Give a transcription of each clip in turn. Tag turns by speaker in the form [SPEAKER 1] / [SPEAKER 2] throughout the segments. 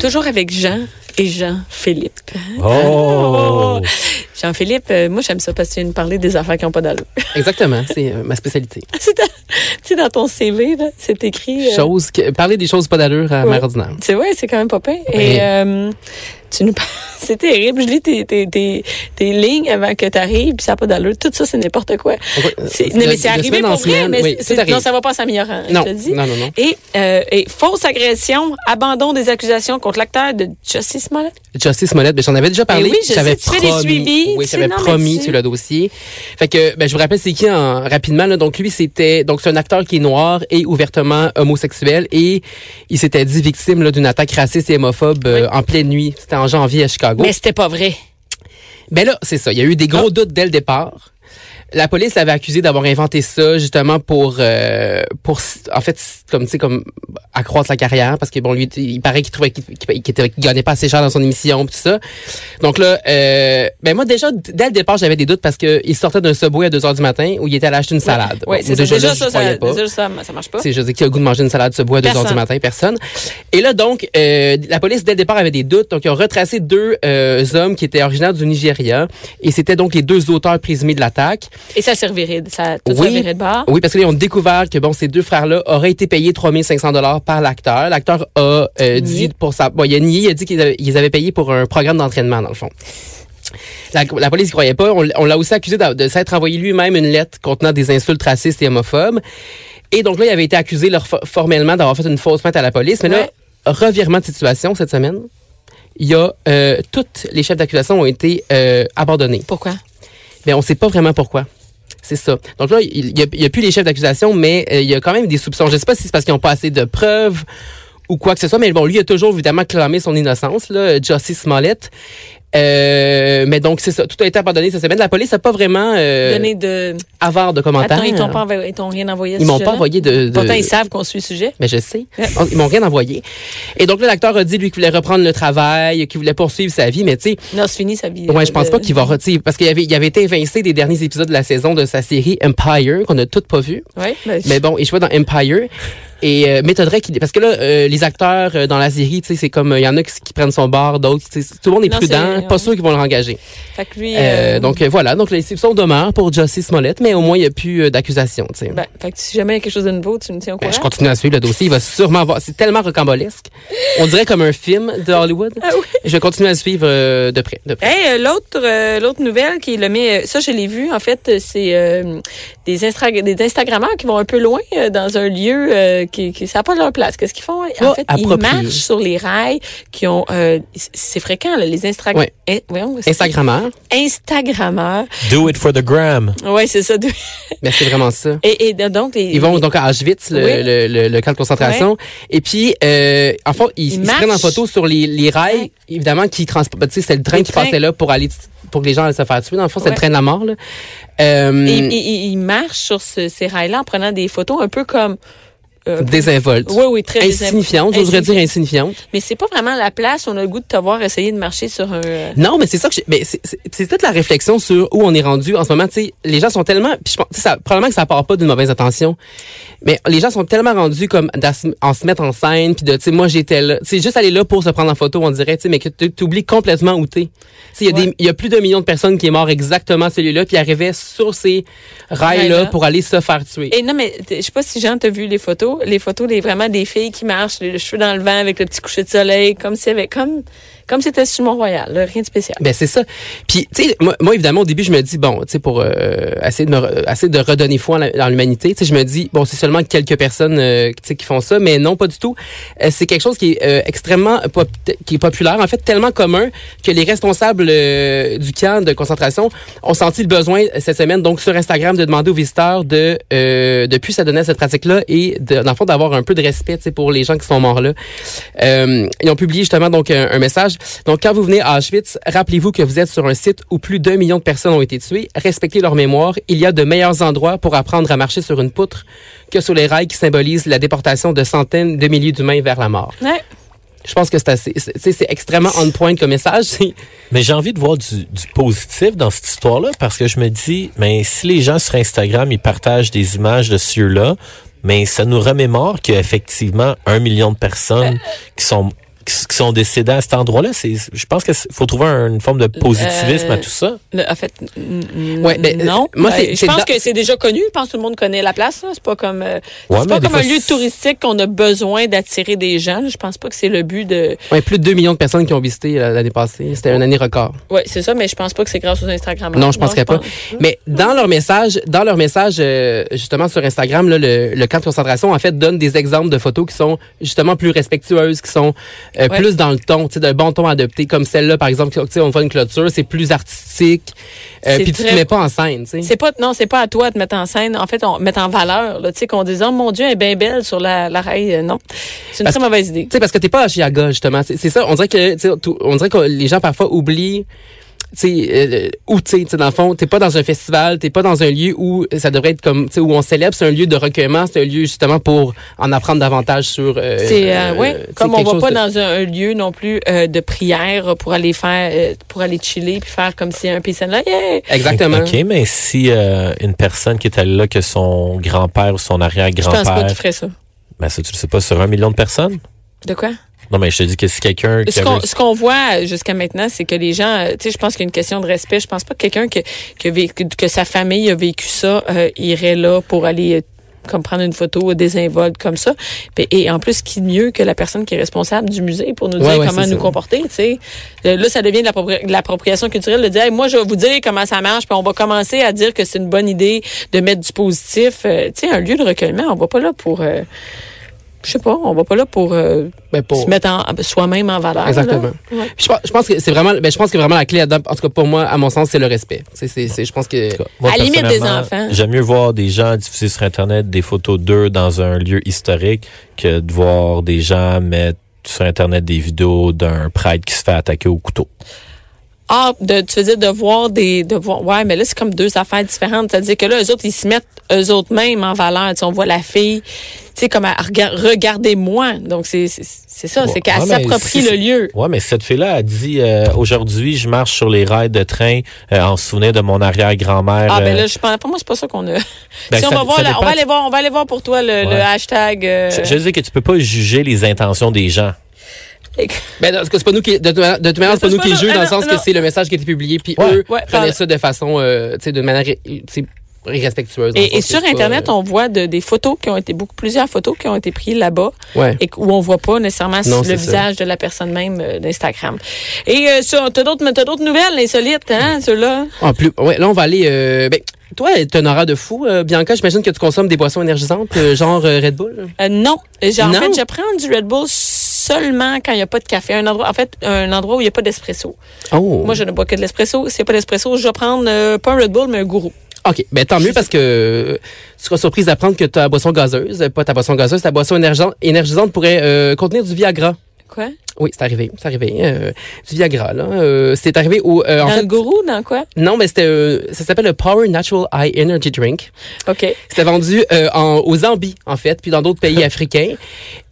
[SPEAKER 1] Toujours avec Jean et Jean-Philippe.
[SPEAKER 2] Oh!
[SPEAKER 1] Jean-Philippe, euh, moi j'aime ça parce que tu viens de parler des affaires qui n'ont pas d'allure.
[SPEAKER 2] Exactement, c'est euh, ma spécialité.
[SPEAKER 1] C'est dans- tu sais, dans ton CV, là, c'est écrit. euh,
[SPEAKER 2] Chose que- parler des choses pas d'allure à
[SPEAKER 1] Ouais.
[SPEAKER 2] mère ordinaire.
[SPEAKER 1] C'est ouais, c'est quand même pas pire.
[SPEAKER 2] Ouais.
[SPEAKER 1] Et euh, tu nous parles- c'est terrible. Je lis tes, tes, tes, tes lignes avant que tu arrives, puis ça n'a pas d'allure. Tout ça, c'est n'importe quoi.
[SPEAKER 2] Ouais,
[SPEAKER 1] C'est-
[SPEAKER 2] de-
[SPEAKER 1] Non, mais c'est
[SPEAKER 2] de
[SPEAKER 1] arrivé
[SPEAKER 2] euh, semaine en
[SPEAKER 1] pour vrai,
[SPEAKER 2] semaine,
[SPEAKER 1] mais
[SPEAKER 2] oui,
[SPEAKER 1] c'est-
[SPEAKER 2] tout arrive.
[SPEAKER 1] non, ça va pas en s'améliorant,
[SPEAKER 2] non,
[SPEAKER 1] je te dis.
[SPEAKER 2] non, non, non.
[SPEAKER 1] Et, euh, et fausse agression, abandon des accusations contre l'acteur de Justice Smollett.
[SPEAKER 2] Justin Smollett, ben, j'en avais déjà parlé.
[SPEAKER 1] Eh oui, je
[SPEAKER 2] j'avais
[SPEAKER 1] sais, tu fais des suivis,
[SPEAKER 2] Oui,
[SPEAKER 1] tu sais,
[SPEAKER 2] j'avais
[SPEAKER 1] non, mais
[SPEAKER 2] promis
[SPEAKER 1] tu-
[SPEAKER 2] sur le dossier. Fait que, ben, je vous rappelle c'est qui en- rapidement, là. Donc, lui, c'était, donc, c'est un acteur qui est noir et ouvertement homosexuel et il s'était dit victime, là, d'une attaque raciste et homophobe euh, en pleine nuit. C'était en janvier à Chicago.
[SPEAKER 1] Mais c'était pas vrai.
[SPEAKER 2] Ben là, c'est ça. Il y a eu des gros
[SPEAKER 1] Ah.
[SPEAKER 2] doutes dès le départ. La police l'avait accusé d'avoir inventé ça justement pour euh, pour s- en fait s- comme tu sais comme accroître sa carrière parce que bon lui il paraît qu'il trouvait qu'il qu'il- qu'il était- qu'il gagnait pas assez cher dans son émission pis tout ça. Donc là euh, ben moi déjà d- dès le départ j'avais des doutes parce que il sortait d'un subway à 2 heures du matin où il était allé acheter une salade.
[SPEAKER 1] Ouais,
[SPEAKER 2] Bon,
[SPEAKER 1] c'est ça.
[SPEAKER 2] déjà,
[SPEAKER 1] Déjà,
[SPEAKER 2] là, je
[SPEAKER 1] ça,
[SPEAKER 2] croyais
[SPEAKER 1] ça,
[SPEAKER 2] pas.
[SPEAKER 1] déjà, ça, ça marche pas.
[SPEAKER 2] Tu sais, je dis qui a le goût de manger une salade ce bois à 2 heures
[SPEAKER 1] Personne.
[SPEAKER 2] du matin? Personne. Et là, donc, euh, la police, dès le départ, avait des doutes. Donc, ils ont retracé deux euh, hommes qui étaient originaires du Nigeria. Et c'était donc les deux auteurs présumés de l'attaque.
[SPEAKER 1] Et ça servirait, de- ça, tout
[SPEAKER 2] Oui.
[SPEAKER 1] servirait de barre.
[SPEAKER 2] Oui, parce qu'ils ont découvert que, bon, ces deux frères-là auraient été payés 3500 dollars par l'acteur. L'acteur a euh, dit
[SPEAKER 1] Nié.
[SPEAKER 2] pour sa... Bon, il a nié, il a dit qu'ils avaient, ils avaient payé pour un programme d'entraînement, dans le fond. La, la police ne croyait pas. On, l- on l'a aussi accusé d'a- de, s'être envoyé lui-même une lettre contenant des insultes racistes et homophobes. Et donc là, il avait été accusé leur- fo- formellement d'avoir fait une fausse plainte à la police. Mais là,
[SPEAKER 1] Ouais.
[SPEAKER 2] revirement de situation cette semaine, il y a... euh, toutes les chefs d'accusation ont été euh, abandonnés.
[SPEAKER 1] Pourquoi?
[SPEAKER 2] Mais on ne sait pas vraiment pourquoi. C'est ça. Donc là, il n'y a, il y a plus les chefs d'accusation, mais euh, il y a quand même des soupçons. Je ne sais pas si c'est parce qu'ils n'ont pas assez de preuves ou quoi que ce soit, mais bon, lui a toujours évidemment clamé son innocence, là, Jossie Smollett. Euh, mais donc, c'est ça. Tout a été abandonné cette semaine. La police n'a pas vraiment euh,
[SPEAKER 1] Donner de.
[SPEAKER 2] avare de commentaires.
[SPEAKER 1] Attends, ils t'ont pas envoyé- ils t'ont rien envoyé. à ce
[SPEAKER 2] Ils m'ont
[SPEAKER 1] sujet-là?
[SPEAKER 2] pas envoyé de... de-
[SPEAKER 1] Pourtant, ils savent qu'on suit le sujet.
[SPEAKER 2] mais je sais.
[SPEAKER 1] Ouais.
[SPEAKER 2] Ils m'ont rien envoyé. Et donc, là, l'acteur a dit, lui, qu'il voulait reprendre le travail, qu'il voulait poursuivre sa vie, mais tu sais,
[SPEAKER 1] Non, c'est fini sa vie. euh,
[SPEAKER 2] Ouais, je pense
[SPEAKER 1] de-
[SPEAKER 2] pas qu'il va retirer parce qu'il avait, il avait été évincé des derniers épisodes de la saison de sa série Empire qu'on a toutes pas vu.
[SPEAKER 1] Ouais, ben,
[SPEAKER 2] Mais bon, il jouait dans Empire et euh, m'étonnerait qu'il parce que là euh, les acteurs euh, dans la série, tu sais, c'est comme euh, il y en a qui, qui prennent son bord, d'autres, tu sais, tout le monde est
[SPEAKER 1] Non,
[SPEAKER 2] prudent,
[SPEAKER 1] c'est-
[SPEAKER 2] pas sûr qu'ils vont le rengager.
[SPEAKER 1] fait que lui,
[SPEAKER 2] Euh,
[SPEAKER 1] euh,
[SPEAKER 2] donc euh, voilà, donc les soupçons demeurent pour Jossie Smollett, mais au moins il n'y a plus euh, d'accusation, tu sais.
[SPEAKER 1] ben, fait que si jamais il y a quelque chose de nouveau, tu me tiens au
[SPEAKER 2] Ben,
[SPEAKER 1] courant.
[SPEAKER 2] je continue à suivre le dossier. Il va sûrement voir. C'est tellement rocambolesque. On dirait comme un film de Hollywood.
[SPEAKER 1] Ah oui.
[SPEAKER 2] Je vais continuer à suivre euh, de près. De près.
[SPEAKER 1] Hey, euh, l'autre euh, l'autre nouvelle qui le met euh, ça je l'ai vu en fait euh, c'est euh, des Instra- des instagrammeurs qui vont un peu loin euh, dans un lieu euh, qui qui ça a pas leur place qu'est-ce qu'ils font en
[SPEAKER 2] Pas
[SPEAKER 1] fait
[SPEAKER 2] approprié.
[SPEAKER 1] ils marchent sur les rails qui ont euh, c- c'est fréquent là, les Instra-
[SPEAKER 2] Ouais.
[SPEAKER 1] In- voyons, c'est-
[SPEAKER 2] Instagrammeur.
[SPEAKER 1] instagrammeurs
[SPEAKER 3] Do it for the gram.
[SPEAKER 1] ouais c'est ça de-
[SPEAKER 2] Mais Ben, c'est vraiment ça.
[SPEAKER 1] et, et donc les-
[SPEAKER 2] Ils vont donc à Auschwitz, le,
[SPEAKER 1] Oui.
[SPEAKER 2] le, le, le camp de concentration. Et puis, euh, en fait, ils,
[SPEAKER 1] Ils
[SPEAKER 2] ils se
[SPEAKER 1] marchent.
[SPEAKER 2] prennent en photo sur les, les rails,
[SPEAKER 1] Ouais.
[SPEAKER 2] évidemment, qui transportent. Tu sais, c'est le train
[SPEAKER 1] Le
[SPEAKER 2] qui
[SPEAKER 1] train.
[SPEAKER 2] passait là pour aller pour que les gens allaient se faire tuer. Dans le fond, c'est
[SPEAKER 1] Ouais.
[SPEAKER 2] le train de la mort. Là. Euh,
[SPEAKER 1] et- et- et- ils marchent sur ce- ces rails là en prenant des photos un peu comme euh,
[SPEAKER 2] désinvolte.
[SPEAKER 1] oui, oui, très
[SPEAKER 2] Insignifiante, j'oserais dire insignifiante.
[SPEAKER 1] Mais c'est pas vraiment la place où on a le goût de te voir essayer de marcher sur un. euh,
[SPEAKER 2] Non, mais c'est ça que j'ai- mais c'est- c'est c'est toute la réflexion sur où on est rendu en ce moment. Tu sais, les gens sont tellement, puis je pense, tu sais, ça, probablement que ça part pas d'une mauvaise intention, mais les gens sont tellement rendus comme d'à se- en se mettre en scène, puis de, tu sais, moi j'étais là, tu sais, juste aller là pour se prendre en photo, on dirait, tu sais, mais que tu oublies complètement où t'es. Tu sais, il y a
[SPEAKER 1] Ouais.
[SPEAKER 2] des, il y a plus d'un million de personnes qui est mort exactement celui-là, puis arrivait sur ces rails là
[SPEAKER 1] Rails-là.
[SPEAKER 2] pour aller se faire tuer.
[SPEAKER 1] Et non, mais t- je sais pas si Jean t'a vu les photos. Les photos, les, vraiment des filles qui marchent, les cheveux dans le vent avec le petit coucher de soleil, comme si avait comme, Comme c'était sur Mont-Royal, là, rien de spécial.
[SPEAKER 2] Ben c'est ça. Puis tu sais moi, moi, évidemment au début je me dis bon, tu sais pour euh, essayer de me re- essayer de redonner foi en la- dans l'humanité, tu sais je me dis bon, c'est seulement quelques personnes euh, tu sais qui font ça mais non pas du tout. Euh, c'est quelque chose qui est euh, extrêmement pop- qui est populaire en fait tellement commun que les responsables euh, du camp de concentration ont senti le besoin euh, cette semaine donc sur Instagram de demander aux visiteurs de euh, depuis s'adonner à cette pratique là et de, dans le fond d'avoir un peu de respect tu sais, pour les gens qui sont morts là. Euh, ils ont publié justement donc un, un message. Donc quand vous venez à Auschwitz, rappelez-vous que vous êtes sur un site où plus d'un million de personnes ont été tuées. Respectez leur mémoire. Il y a de meilleurs endroits pour apprendre à marcher sur une poutre que sur les rails qui symbolisent la déportation de centaines de milliers d'humains vers la mort.
[SPEAKER 1] Ouais.
[SPEAKER 2] Je pense que c'est assez, c'est, tu sais, c'est extrêmement on point comme message. C'est-
[SPEAKER 3] Mais j'ai envie de voir du, du positif dans cette histoire-là parce que je me dis, mais si les gens sur Instagram, ils partagent des images de ceux-là, mais ça nous remémore qu'il y a effectivement un million de personnes qui sont qui s- qui sont décédées à cet endroit-là. C'est, je pense qu'il faut trouver un- une forme de positivisme
[SPEAKER 1] Euh,
[SPEAKER 3] à tout ça.
[SPEAKER 1] Le- en fait, n- n-
[SPEAKER 2] Ouais, ben,
[SPEAKER 1] non.
[SPEAKER 2] euh, moi,
[SPEAKER 1] Ben,
[SPEAKER 2] c'est-
[SPEAKER 1] je
[SPEAKER 2] c'est
[SPEAKER 1] pense
[SPEAKER 2] dans-
[SPEAKER 1] que c'est déjà connu. Je pense que tout le monde connaît la place. là. C'est pas comme, euh,
[SPEAKER 3] Ouais,
[SPEAKER 1] c'est
[SPEAKER 3] mais
[SPEAKER 1] pas
[SPEAKER 3] des
[SPEAKER 1] comme un
[SPEAKER 3] fois,
[SPEAKER 1] lieu
[SPEAKER 3] c'est-
[SPEAKER 1] touristique qu'on a besoin d'attirer des gens. Je pense pas que c'est le but de.
[SPEAKER 2] Ouais, plus de 2 millions de personnes qui ont visité euh, l'année passée. C'était une année record.
[SPEAKER 1] Ouais, c'est ça, mais je pense pas que c'est grâce aux Instagram.
[SPEAKER 2] Non, je penserais pas. Mais dans leur message, dans leur message euh, justement sur Instagram, là, le, le camp de concentration en fait donne des exemples de photos qui sont justement plus respectueuses, qui sont euh,
[SPEAKER 1] Ouais.
[SPEAKER 2] plus dans le ton, tu sais, d'un bon ton adopté, comme celle-là par exemple. Tu sais, on voit une clôture, c'est plus artistique, euh,
[SPEAKER 1] C'est
[SPEAKER 2] puis tu te
[SPEAKER 1] très-
[SPEAKER 2] mets pas en scène, tu sais.
[SPEAKER 1] C'est pas non, c'est pas à toi de mettre en scène. En fait, on mettre en valeur. là, Tu sais qu'on dise oh mon Dieu, elle est bien belle sur la, la rail. Euh, Non, c'est une
[SPEAKER 2] Parce
[SPEAKER 1] très mauvaise idée.
[SPEAKER 2] Tu sais, parce que t'es pas à Chicago, justement. C'est c'est ça, on dirait que, tu sais, tout- on dirait que les gens parfois oublient, tu sais, euh, où tu sais, tu sais, dans le fond, t'es pas dans un festival, t'es pas dans un lieu où ça devrait être comme, tu sais, où on célèbre, c'est un lieu de recueillement, c'est un lieu justement pour en apprendre davantage sur. euh,
[SPEAKER 1] C'est euh,
[SPEAKER 2] euh,
[SPEAKER 1] ouais,
[SPEAKER 2] tu sais,
[SPEAKER 1] comme on
[SPEAKER 2] quelque
[SPEAKER 1] va
[SPEAKER 2] chose
[SPEAKER 1] pas
[SPEAKER 2] de-
[SPEAKER 1] dans un, un lieu non plus euh, de prière pour aller faire euh, pour aller chiller puis faire comme si un piscine là. Yeah!
[SPEAKER 2] Exactement.
[SPEAKER 3] OK, mais si euh, une personne qui est allée là que son grand-père ou son
[SPEAKER 1] Je pense pas
[SPEAKER 3] arrière-grand-père,
[SPEAKER 1] qu'il ferait ça.
[SPEAKER 3] ben ça, tu le sais pas sur un million de personnes?
[SPEAKER 1] De quoi?
[SPEAKER 3] Non, mais je te dis que si quelqu'un qui
[SPEAKER 1] Ce
[SPEAKER 3] a
[SPEAKER 1] qu'on,
[SPEAKER 3] réussi-
[SPEAKER 1] ce qu'on voit jusqu'à maintenant, c'est que les gens, euh, tu sais, je pense qu'il y a une question de respect. Je pense pas que quelqu'un que, que, vécu- que sa famille a vécu ça euh, irait là pour aller euh, comme prendre une photo désinvolte comme ça. Puis- Et en plus, qui de mieux que la personne qui est responsable du musée pour nous
[SPEAKER 2] Ouais,
[SPEAKER 1] dire
[SPEAKER 2] ouais,
[SPEAKER 1] comment
[SPEAKER 2] c'est
[SPEAKER 1] nous
[SPEAKER 2] ça.
[SPEAKER 1] comporter, tu sais. Euh, Là, ça devient de l'appropri- de l'appropriation culturelle de dire, Hey, moi, je vais vous dire comment ça marche, puis on va commencer à dire que c'est une bonne idée de mettre du positif. Euh, tu sais, un lieu de recueillement, on va pas là pour... euh, je sais pas, on va pas là pour... euh,
[SPEAKER 2] Ben, pour-
[SPEAKER 1] se mettre en- soi-même en valeur.
[SPEAKER 2] Exactement.
[SPEAKER 1] là. Ouais.
[SPEAKER 2] Je pense, je pense que c'est vraiment, ben, je pense que vraiment la clé là-dedans, en tout cas pour moi, à mon sens, c'est le respect. Tu sais, c'est, c'est, je pense que.
[SPEAKER 3] En tout cas, moi,
[SPEAKER 1] À la limite des
[SPEAKER 3] personnellement,
[SPEAKER 1] enfants.
[SPEAKER 3] J'aime mieux voir des gens diffuser sur Internet des photos d'eux dans un lieu historique que de voir des gens mettre sur Internet des vidéos d'un prêtre qui se fait attaquer au couteau.
[SPEAKER 1] Ah, de, tu veux dire de voir des. De voir, ouais, mais là, c'est comme deux affaires différentes. C'est-à-dire que là, eux autres, ils se mettent eux autres mêmes en valeur. Tu sais, on voit la fille, tu sais, comme à rega- regardez-moi. Donc, c'est c'est- c'est ça,
[SPEAKER 3] Ouais.
[SPEAKER 1] c'est qu'elle
[SPEAKER 3] Ah, mais
[SPEAKER 1] s'approprie
[SPEAKER 3] si
[SPEAKER 1] le
[SPEAKER 3] c'est-
[SPEAKER 1] lieu.
[SPEAKER 3] Ouais, mais cette fille-là a dit euh, aujourd'hui, je marche sur les rails de train euh, en souvenir de mon arrière-grand-mère.
[SPEAKER 1] Ah, ben
[SPEAKER 3] euh,
[SPEAKER 1] là, je pense. Pour moi, c'est pas ça qu'on a.
[SPEAKER 3] Ben,
[SPEAKER 1] si on
[SPEAKER 3] ça-
[SPEAKER 1] va voir,
[SPEAKER 3] ça
[SPEAKER 1] là, on
[SPEAKER 3] dépend.
[SPEAKER 1] va aller voir, on va aller voir pour toi le, le
[SPEAKER 3] Ouais.
[SPEAKER 1] hashtag. euh,
[SPEAKER 3] je, je veux dire que tu peux pas juger les intentions des gens.
[SPEAKER 2] Ben, en tout cas, c'est pas nous qui, de toute manière, de toute manière, c'est pas
[SPEAKER 1] C'est
[SPEAKER 2] nous
[SPEAKER 1] pas
[SPEAKER 2] qui
[SPEAKER 1] nous- Ah
[SPEAKER 2] jugeons dans le
[SPEAKER 1] non,
[SPEAKER 2] sens que
[SPEAKER 1] non.
[SPEAKER 2] c'est le message qui a été publié, puis
[SPEAKER 3] Ouais.
[SPEAKER 2] eux
[SPEAKER 1] Ouais,
[SPEAKER 2] prenaient
[SPEAKER 1] par-
[SPEAKER 2] ça de façon, euh, tu sais, de manière, tu sais, irrespectueuse.
[SPEAKER 1] Et, et sur Internet,
[SPEAKER 3] euh,
[SPEAKER 1] on voit de- des photos qui ont été, beaucoup, plusieurs photos qui ont été prises là-bas.
[SPEAKER 2] on. euh, Ouais.
[SPEAKER 1] et qu- où on voit pas nécessairement
[SPEAKER 2] Non,
[SPEAKER 1] le
[SPEAKER 2] c'est ça.
[SPEAKER 1] visage de la personne même euh, d'Instagram. Et euh, sur, t'as d'autres, mais t'as d'autres nouvelles insolites, hein, ceux-là.
[SPEAKER 2] En plus, ouais, là, on va aller. Euh, ben, toi, t'es un aura de fou, euh, Bianca. J'imagine que tu consommes des boissons énergisantes, euh, genre euh, Red Bull.
[SPEAKER 1] Euh, non, J'ai- en
[SPEAKER 2] Non?
[SPEAKER 1] fait, je prends du Red Bull seulement quand il n'y a pas de café. Un endroit, en fait, un endroit où il n'y a pas d'espresso.
[SPEAKER 2] Oh.
[SPEAKER 1] Moi, je ne bois que de l'espresso. S'il n'y a pas d'espresso, je vais prendre euh, pas un Red Bull, mais un gourou.
[SPEAKER 2] OK. Ben, tant mieux parce que euh, tu seras surprise d'apprendre que ta boisson gazeuse, euh, pas ta boisson gazeuse, ta boisson énergisante, énergisante pourrait euh, contenir du Viagra.
[SPEAKER 1] Quoi?
[SPEAKER 2] Oui, c'est arrivé. C'est arrivé. euh, du Viagra, là. Euh, c'est arrivé au. euh, en
[SPEAKER 1] dans
[SPEAKER 2] fait,
[SPEAKER 1] le gourou, dans quoi?
[SPEAKER 2] non, mais c'était. euh, ça s'appelle le Power Natural Eye Energy Drink.
[SPEAKER 1] OK.
[SPEAKER 2] C'était vendu euh, en, aux Zambie, en fait, puis dans d'autres pays africains.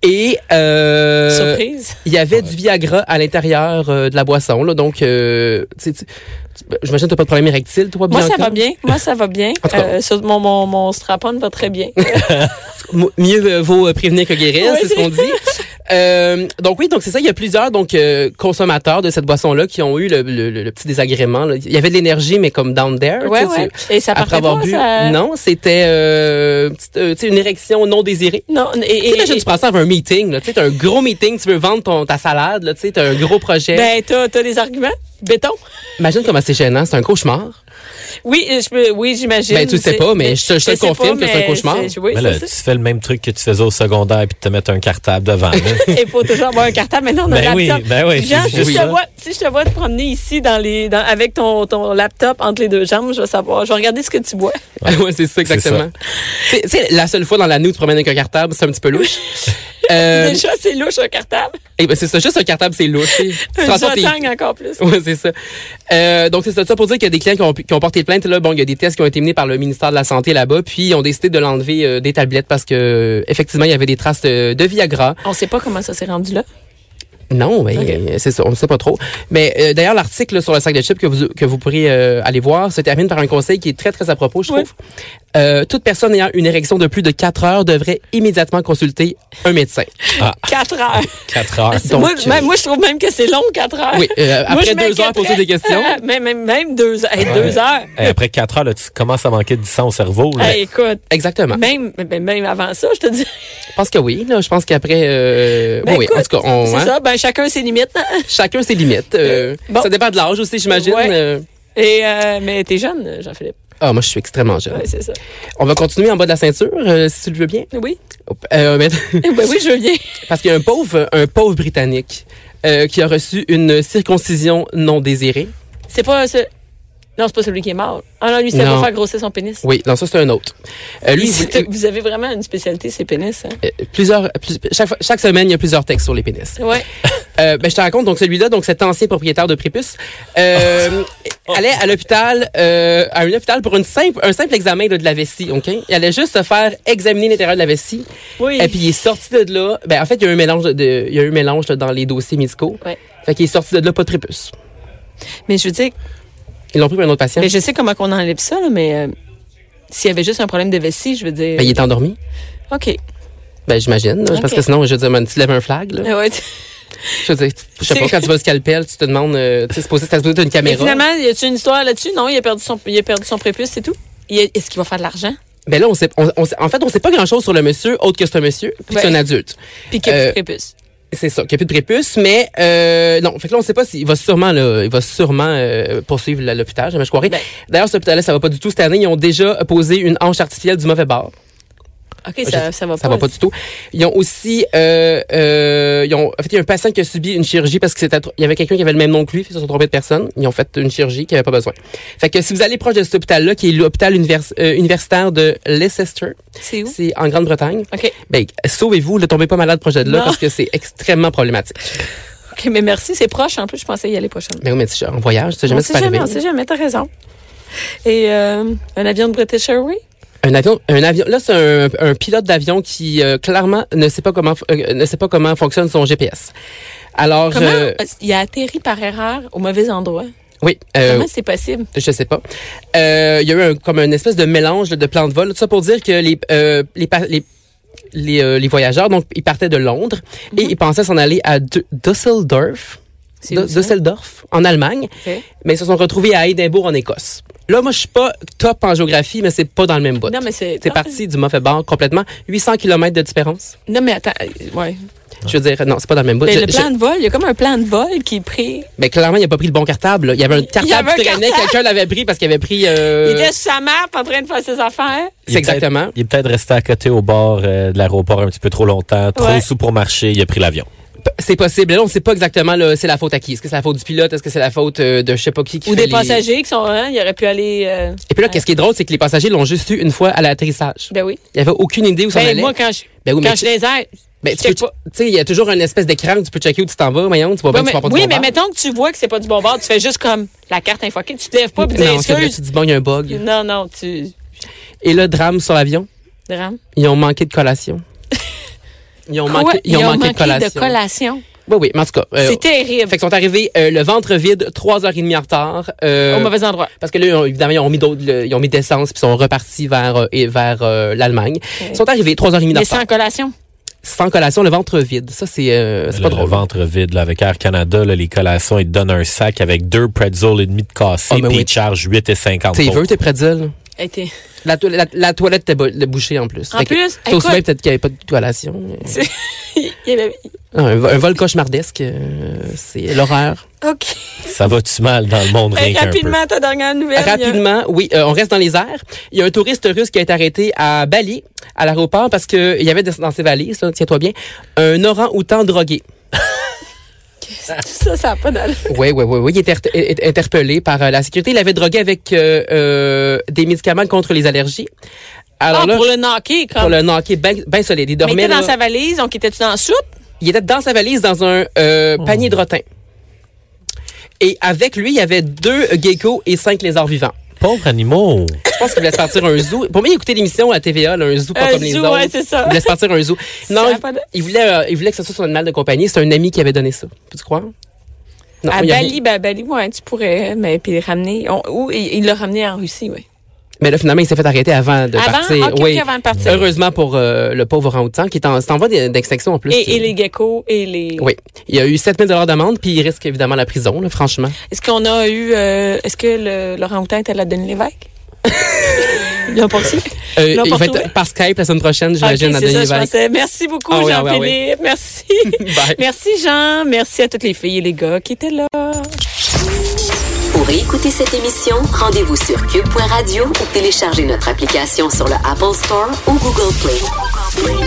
[SPEAKER 2] Et euh,
[SPEAKER 1] Surprise.
[SPEAKER 2] il y avait du Viagra à l'intérieur euh, de la boisson. Là, donc, euh, tu sais, tu- tu- ben, j'imagine que tu pas de problème érectile, toi,
[SPEAKER 1] Moi,
[SPEAKER 2] Bianca?
[SPEAKER 1] ça va bien. Moi, ça va bien.
[SPEAKER 2] En tout cas.
[SPEAKER 1] Euh, sur- mon, mon, mon strapon va très bien.
[SPEAKER 2] M- mieux euh, vaut euh, prévenir que guérir,
[SPEAKER 1] Ouais,
[SPEAKER 2] c'est ce qu'on dit. Euh, donc oui, donc c'est ça. Il y a plusieurs donc euh, consommateurs de cette boisson-là qui ont eu le, le- le- le petit désagrément. là. Il y avait de l'énergie, mais comme down there.
[SPEAKER 1] Ouais,
[SPEAKER 2] tu sais,
[SPEAKER 1] ouais.
[SPEAKER 2] tu-
[SPEAKER 1] Et ça
[SPEAKER 2] Après
[SPEAKER 1] partait
[SPEAKER 2] avoir
[SPEAKER 1] pas,
[SPEAKER 2] bu,
[SPEAKER 1] ça-
[SPEAKER 2] non, c'était euh, petite, euh, tu sais, une érection non désirée.
[SPEAKER 1] Non, et,
[SPEAKER 2] Tu sais,
[SPEAKER 1] et,
[SPEAKER 2] imagine, tu prends ça avec un meeting, là, tu sais, t'as un gros meeting, tu veux vendre ton, ta salade, là, tu sais, t'as un gros projet.
[SPEAKER 1] ben, t'as, t'as des arguments? Béton?
[SPEAKER 2] Imagine comment c'est gênant, c'est un cauchemar.
[SPEAKER 1] Oui, euh, je peux, oui, j'imagine.
[SPEAKER 2] Ben, tu le sais
[SPEAKER 1] C'est-
[SPEAKER 2] pas, mais je te- je te confirme que c'est un
[SPEAKER 1] mais
[SPEAKER 2] cauchemar. Ben,
[SPEAKER 1] c'est- Oui,
[SPEAKER 3] Mais là,
[SPEAKER 1] c'est
[SPEAKER 3] tu
[SPEAKER 1] ça.
[SPEAKER 3] fais le même truc que tu faisais au secondaire puis te mettre un cartable devant. là.
[SPEAKER 1] Et faut toujours avoir un cartable. Maintenant, on a
[SPEAKER 3] Ben
[SPEAKER 1] un
[SPEAKER 3] oui,
[SPEAKER 1] laptop.
[SPEAKER 3] ben oui,
[SPEAKER 1] Jean,
[SPEAKER 3] c'est
[SPEAKER 1] si,
[SPEAKER 3] juste
[SPEAKER 1] je
[SPEAKER 3] ça.
[SPEAKER 1] te vois, si je te vois te promener ici dans les, dans, avec ton, ton laptop entre les deux jambes, je vais savoir. Je vais regarder ce que tu bois.
[SPEAKER 2] Ouais, c'est ça, exactement. Tu sais, la seule fois dans la nuit où tu te promènes avec un cartable, c'est un petit peu louche. Euh,
[SPEAKER 1] Déjà, c'est louche, un cartable.
[SPEAKER 2] eh ben, c'est ça, juste un cartable, c'est louche. tu sais. Tu te
[SPEAKER 1] Un
[SPEAKER 2] rends compte, t'es-
[SPEAKER 1] jotang encore plus.
[SPEAKER 2] Oui, c'est ça. Euh, donc, c'est ça, ça pour dire qu'il y a des clients qui ont, pu- qui ont porté plainte. Là, bon, il y a des tests qui ont été menés par le ministère de la Santé là-bas, puis ils ont décidé de l'enlever euh, des tablettes parce que euh, effectivement, il y avait des traces de, de Viagra.
[SPEAKER 1] On sait pas comment ça s'est rendu là.
[SPEAKER 2] Non, mais
[SPEAKER 1] Ok.
[SPEAKER 2] euh, c'est ça, on ne sait pas trop. Mais euh, d'ailleurs, l'article là, sur le sac de chips que vous, que vous pourrez euh, aller voir se termine par un conseil qui est très, très à propos, je
[SPEAKER 1] Oui.
[SPEAKER 2] trouve. Euh, toute personne ayant une érection de plus de 4 heures devrait immédiatement consulter un médecin.
[SPEAKER 1] Quatre heures.
[SPEAKER 3] Quatre heures.
[SPEAKER 2] Donc,
[SPEAKER 1] moi,
[SPEAKER 2] euh,
[SPEAKER 1] même- moi, je trouve même que c'est long, quatre heures.
[SPEAKER 2] Oui, euh,
[SPEAKER 1] Ah, Moi, je
[SPEAKER 2] après deux heures,
[SPEAKER 1] m'inquiéterais.
[SPEAKER 2] poser des questions.
[SPEAKER 1] même, même, même deux, heures. Hey, deux heures.
[SPEAKER 3] Et après quatre heures, là, tu commences à manquer du sang au cerveau. là.
[SPEAKER 1] Hey, écoute,
[SPEAKER 2] Exactement.
[SPEAKER 1] même, ben, même avant ça, je te dis.
[SPEAKER 2] Je pense que oui. Là, je pense qu'après... euh,
[SPEAKER 1] Ben,
[SPEAKER 2] Ah oui,
[SPEAKER 1] écoute,
[SPEAKER 2] en tout cas, on...
[SPEAKER 1] C'est
[SPEAKER 2] hein.
[SPEAKER 1] ça, ben, chacun ses limites.
[SPEAKER 2] Chacun ses limites. Euh,
[SPEAKER 1] Bon.
[SPEAKER 2] Ça dépend de l'âge aussi, j'imagine.
[SPEAKER 1] Ouais.
[SPEAKER 2] Euh,
[SPEAKER 1] Et, euh, mais t'es jeune, Jean-Philippe.
[SPEAKER 2] Ah, moi, je suis extrêmement jeune.
[SPEAKER 1] Oui, c'est ça.
[SPEAKER 2] On va continuer en bas de la ceinture, euh, si tu le veux bien.
[SPEAKER 1] Oui.
[SPEAKER 2] Euh, mais-
[SPEAKER 1] Eh ben oui, je viens.
[SPEAKER 2] parce qu'il y a un pauvre, un pauvre Britannique euh, qui a reçu une circoncision non désirée.
[SPEAKER 1] C'est pas ce... Non, c'est pas celui qui est mort. Ah non, lui, c'est
[SPEAKER 2] Non.
[SPEAKER 1] pour faire grossir son pénis.
[SPEAKER 2] Oui, non, ça, c'est un autre. Euh, lui, il
[SPEAKER 1] C'est-
[SPEAKER 2] voulait-
[SPEAKER 1] Vous avez vraiment une spécialité, c'est pénis. Hein?
[SPEAKER 2] euh, plusieurs, plus- chaque, fois- chaque semaine, il y a plusieurs textes sur les pénis.
[SPEAKER 1] Ouais.
[SPEAKER 2] Euh, ben, je te raconte, donc celui-là, donc cet ancien propriétaire de prépuce, euh,
[SPEAKER 1] Oh.
[SPEAKER 2] allait à l'hôpital, euh, à un hôpital pour une simple, un simple examen là, de la vessie, ok Il allait juste se faire examiner l'intérieur de la vessie,
[SPEAKER 1] Oui.
[SPEAKER 2] et puis il est sorti de là. Ben en fait, il y a eu un mélange, de, il y a eu un mélange là, dans les dossiers médicaux.
[SPEAKER 1] Ouais.
[SPEAKER 2] Fait qu'il est sorti de là pas de prépuce.
[SPEAKER 1] Mais je veux dire,
[SPEAKER 2] Ils l'ont pris pour un autre patient.
[SPEAKER 1] mais je sais comment qu'on enlève ça, là, mais euh, s'il y avait juste un problème de vessie, je veux dire.
[SPEAKER 2] Ben, il est endormi.
[SPEAKER 1] OK.
[SPEAKER 2] Ben j'imagine, là, parce
[SPEAKER 1] Ok.
[SPEAKER 2] que sinon, je veux dire, man, tu lèves un flag. Là.
[SPEAKER 1] Ah ouais.
[SPEAKER 2] Je veux dire, je sais pas
[SPEAKER 1] C'est-
[SPEAKER 2] quand tu vas au scalpel, tu te demandes, euh, tu sais, supposé, t'as supposé t'as une
[SPEAKER 1] Mais
[SPEAKER 2] caméra.
[SPEAKER 1] finalement, y a-tu une histoire là-dessus? Non, il a perdu son, il a perdu son prépuce, c'est tout. Il a- Est-ce qu'il va faire de l'argent?
[SPEAKER 2] Ben là, on sait, on, on sait- en fait, on sait pas grand-chose sur le monsieur, autre que c'est un monsieur, puis que c'est
[SPEAKER 1] Ouais.
[SPEAKER 2] un adulte.
[SPEAKER 1] Puis qu'il a
[SPEAKER 2] Euh,
[SPEAKER 1] plus de prépuce.
[SPEAKER 2] C'est ça, qu'il n'y a plus de prépuce, mais euh, non, fait que là, on sait pas s'il va sûrement, là, il va sûrement euh, poursuivre la- l'hôpital, jamais je croirais.
[SPEAKER 1] Ben-
[SPEAKER 2] D'ailleurs, cet hôpital-là, ça va pas du tout cette année. Ils ont déjà posé une hanche artificielle du mauvais bord.
[SPEAKER 1] OK, ça,
[SPEAKER 2] je-
[SPEAKER 1] ça va pas.
[SPEAKER 2] Ça va pas du tout. Ils ont aussi, euh, euh, ils ont, en fait, il y a un patient qui a subi une chirurgie parce que c'était, il y avait quelqu'un qui avait le même nom que lui, ils se sont trompés de personne. Ils ont fait une chirurgie qui avait pas besoin. Fait que si vous allez proche de cet hôpital-là, qui est l'hôpital univers- euh, universitaire de Leicester,
[SPEAKER 1] C'est où?
[SPEAKER 2] c'est en Grande-Bretagne.
[SPEAKER 1] OK.
[SPEAKER 2] Ben, sauvez-vous, ne tombez pas malade proche de là
[SPEAKER 1] Non.
[SPEAKER 2] parce que c'est extrêmement problématique.
[SPEAKER 1] OK, mais merci. C'est proche, en plus. Je pensais y aller prochainement.
[SPEAKER 2] Mais Ben oui, mais tu sais, en voyage, tu sais jamais
[SPEAKER 1] on
[SPEAKER 2] ce qui
[SPEAKER 1] sait
[SPEAKER 2] peut
[SPEAKER 1] jamais, on
[SPEAKER 2] arriver.
[SPEAKER 1] sait jamais. T'as raison. Et euh, un avion de British Airways?
[SPEAKER 2] Un avion, un avion. Là, c'est un, un pilote d'avion qui euh, clairement ne sait pas comment euh, ne sait pas comment fonctionne son GPS. Alors,
[SPEAKER 1] Comment
[SPEAKER 2] euh,
[SPEAKER 1] euh, il a atterri par erreur au mauvais endroit?
[SPEAKER 2] oui, euh,
[SPEAKER 1] Comment c'est possible?
[SPEAKER 2] je sais pas. Euh, Il y a eu un, comme une espèce de mélange là, de plans de vol. Tout ça pour dire que les euh, les pa- les les, euh, les voyageurs, donc ils partaient de Londres et ils pensaient s'en aller à Du- Düsseldorf,
[SPEAKER 1] Mhm. C'est
[SPEAKER 2] Du-
[SPEAKER 1] où ça?
[SPEAKER 2] Düsseldorf en Allemagne,
[SPEAKER 1] OK.
[SPEAKER 2] mais ils se sont retrouvés à Édimbourg en Écosse. Là, moi, je suis pas top en géographie, mais c'est pas dans le même bout.
[SPEAKER 1] Non, mais c'est.
[SPEAKER 2] C'est
[SPEAKER 1] non,
[SPEAKER 2] parti du mauvais bord complètement. 800 km de différence.
[SPEAKER 1] Non, mais attends. euh, Ouais.
[SPEAKER 2] Je veux dire, non, c'est pas dans le même bout.
[SPEAKER 1] Ben,
[SPEAKER 2] Je-
[SPEAKER 1] le plan
[SPEAKER 2] je-
[SPEAKER 1] de vol, il y a comme un plan de vol qui est pris.
[SPEAKER 2] ben, clairement, il a pas pris le bon cartable. là. Il y avait un cartable
[SPEAKER 1] avait
[SPEAKER 2] qui
[SPEAKER 1] un
[SPEAKER 2] traînait,
[SPEAKER 1] cartable.
[SPEAKER 2] quelqu'un l'avait pris parce qu'il avait pris... euh,
[SPEAKER 1] Il était sur sa map en train de faire ses affaires.
[SPEAKER 3] Il
[SPEAKER 2] C'est
[SPEAKER 3] est peut-être-
[SPEAKER 2] exactement.
[SPEAKER 3] Il est peut-être resté à côté au bord euh, de l'aéroport un petit peu trop longtemps, trop
[SPEAKER 1] Ouais.
[SPEAKER 3] sous pour marcher, il a pris l'avion.
[SPEAKER 2] C'est possible. Là, on sait pas exactement là, c'est la faute à qui. Est-ce que c'est la faute du pilote? Est-ce que c'est la faute euh, de je sais pas qui qui
[SPEAKER 1] Ou
[SPEAKER 2] fait
[SPEAKER 1] des
[SPEAKER 2] les-
[SPEAKER 1] passagers qui sont. Hein, il aurait pu aller. euh,
[SPEAKER 2] Et puis là, qu'est-ce qui est drôle, c'est que les passagers l'ont juste eu une fois à l'atterrissage.
[SPEAKER 1] Ben oui.
[SPEAKER 2] Il y avait aucune idée où ça
[SPEAKER 1] Ben,
[SPEAKER 2] allait.
[SPEAKER 1] moi, quand je,
[SPEAKER 2] Ben oui, mais
[SPEAKER 1] quand
[SPEAKER 2] tu-
[SPEAKER 1] je les aide. je
[SPEAKER 2] Ben, tu peux-
[SPEAKER 1] check pas.
[SPEAKER 2] tu sais, il y a toujours une espèce d'écran où tu peux checker où tu t'en vas, voyons, tu vois bien
[SPEAKER 1] Ouais,
[SPEAKER 2] que tu
[SPEAKER 1] mais-
[SPEAKER 2] vas pas du
[SPEAKER 1] oui,
[SPEAKER 2] bon
[SPEAKER 1] mais
[SPEAKER 2] bord.
[SPEAKER 1] mettons que tu vois que c'est pas du bon bord, tu fais juste comme la carte infoquée, tu te lèves pas et tu dis
[SPEAKER 2] Non, c'est vrai, tu
[SPEAKER 1] excuse.
[SPEAKER 2] dis bon, il y a un bug.
[SPEAKER 1] Non, non, tu.
[SPEAKER 2] Et là, drame sur l'avion.
[SPEAKER 1] Drame.
[SPEAKER 2] Ils ont manqué de collation. Ils ont manqué, ils ont manqué, de collation.
[SPEAKER 1] de collation.
[SPEAKER 2] Oui, oui, mais en tout cas. euh,
[SPEAKER 1] C'est terrible.
[SPEAKER 2] fait qu'ils sont arrivés euh, le ventre vide, trois heures et demie en retard. euh,
[SPEAKER 1] Au mauvais endroit.
[SPEAKER 2] Parce que là, ils ont- évidemment, ils ont mis d'autres, le- ils ont mis d'essence puis ils sont repartis vers euh, et vers euh, l'Allemagne. Ils sont arrivés trois heures et demie en
[SPEAKER 1] Mais
[SPEAKER 2] retard.
[SPEAKER 1] sans collation.
[SPEAKER 2] sans collation, le ventre vide. Ça, c'est euh, c'est
[SPEAKER 3] Le-
[SPEAKER 2] pas
[SPEAKER 3] le
[SPEAKER 2] drôle.
[SPEAKER 3] ventre vide, là, avec Air Canada, là, les collations, ils te donnent un sac avec deux pretzels et demi de cassé,
[SPEAKER 2] Ah, mais
[SPEAKER 3] puis
[SPEAKER 2] oui.
[SPEAKER 3] ils te chargent 8,50
[SPEAKER 2] T'es veux,
[SPEAKER 3] autres.
[SPEAKER 2] t'es pretzels.
[SPEAKER 1] Hey, t'es-
[SPEAKER 2] La, to- la, la toilette était bo- bouchée en plus.
[SPEAKER 1] En
[SPEAKER 2] Fait que
[SPEAKER 1] plus,
[SPEAKER 2] c'est aussi
[SPEAKER 1] écoute-
[SPEAKER 2] bien peut-être qu'il n'y avait pas de collation. mais-
[SPEAKER 1] il y avait-
[SPEAKER 2] Ah, Un, vo- un vol cauchemardesque, euh, c'est l'horaire.
[SPEAKER 1] OK.
[SPEAKER 3] Ça va-tu mal dans le
[SPEAKER 2] Ben,
[SPEAKER 3] monde, rien
[SPEAKER 1] Hey,
[SPEAKER 3] qu'un peu?
[SPEAKER 1] rapidement, ta dernière nouvelle. il y a-
[SPEAKER 2] Rapidement, oui, euh, on reste dans les airs. Il y a un touriste russe qui a été arrêté à Bali, à l'aéroport, parce qu'il y avait dans dans ses valises, là, tiens-toi bien, un orang-outan drogué.
[SPEAKER 1] Ça, ça n'a pas d'allure.
[SPEAKER 2] Oui, oui, oui, oui. Il était inter- est- interpellé par euh, la sécurité. Il avait drogué avec euh, euh, des médicaments contre les allergies. Alors
[SPEAKER 1] Ah,
[SPEAKER 2] là,
[SPEAKER 1] pour le knocker, comme.
[SPEAKER 2] pour le knocker bien solide.
[SPEAKER 1] Mais
[SPEAKER 2] Il
[SPEAKER 1] il
[SPEAKER 2] dormait
[SPEAKER 1] était dans
[SPEAKER 2] là-
[SPEAKER 1] sa valise, donc il était-tu dans la soupe?
[SPEAKER 2] Il était dans sa valise dans un euh,
[SPEAKER 1] Oh.
[SPEAKER 2] panier de rotin. Et avec lui, il y avait deux geckos et cinq lézards vivants.
[SPEAKER 3] Pauvres animaux.
[SPEAKER 2] Je pense qu'il voulait se partir un zoo. Pour moi, il écoutait l'émission à TVA, là, un zoo pas
[SPEAKER 1] Un
[SPEAKER 2] comme les
[SPEAKER 1] zoo,
[SPEAKER 2] autres.
[SPEAKER 1] ouais, c'est ça.
[SPEAKER 2] Il voulait se partir un zoo. Non,
[SPEAKER 1] Ça a
[SPEAKER 2] il-
[SPEAKER 1] pas de-
[SPEAKER 2] il, voulait, euh, il voulait que ce soit son animal de compagnie. C'est un ami qui avait donné ça. Peux-tu croire? Non,
[SPEAKER 1] à
[SPEAKER 2] il y a
[SPEAKER 1] Bali,
[SPEAKER 2] rien.
[SPEAKER 1] ben, à Bali, ouais, tu pourrais, mais puis le ramener. On- ou il il l'a ramené en Russie, oui.
[SPEAKER 2] Mais là, finalement, il s'est fait arrêter avant de
[SPEAKER 1] Avant? Ah,
[SPEAKER 2] partir.
[SPEAKER 1] Ok, ok,
[SPEAKER 2] oui.
[SPEAKER 1] avant de partir.
[SPEAKER 2] Heureusement pour euh, le pauvre orang-outan qui est en, c'est en voie d'e- d'extinction en plus.
[SPEAKER 1] Et, et les geckos et les.
[SPEAKER 2] Oui. Il y a eu 7000 d'amende, puis il risque évidemment la prison, là, franchement.
[SPEAKER 1] Est-ce qu'on a eu. euh, Est-ce que le, Laurent Houtin était là Denis Lévesque? Ils l'ont poursuivi?
[SPEAKER 2] Euh,
[SPEAKER 1] Ils l'ont
[SPEAKER 2] il va
[SPEAKER 1] poursuivi?
[SPEAKER 2] être par Skype la semaine prochaine,
[SPEAKER 1] Ah, ok,
[SPEAKER 2] j'imagine, à
[SPEAKER 1] c'est ça,
[SPEAKER 2] Denis
[SPEAKER 1] je
[SPEAKER 2] Lévesque.
[SPEAKER 1] pensais. Merci beaucoup,
[SPEAKER 2] Ah oui, ah oui, ah
[SPEAKER 1] Jean-Philippe.
[SPEAKER 2] oui.
[SPEAKER 1] Merci.
[SPEAKER 2] Bye.
[SPEAKER 1] merci, Jean. Merci à toutes les filles et les gars qui étaient là.
[SPEAKER 4] Pour écouter cette émission, rendez-vous sur cube.radio ou téléchargez notre application sur le Apple Store ou Google Play.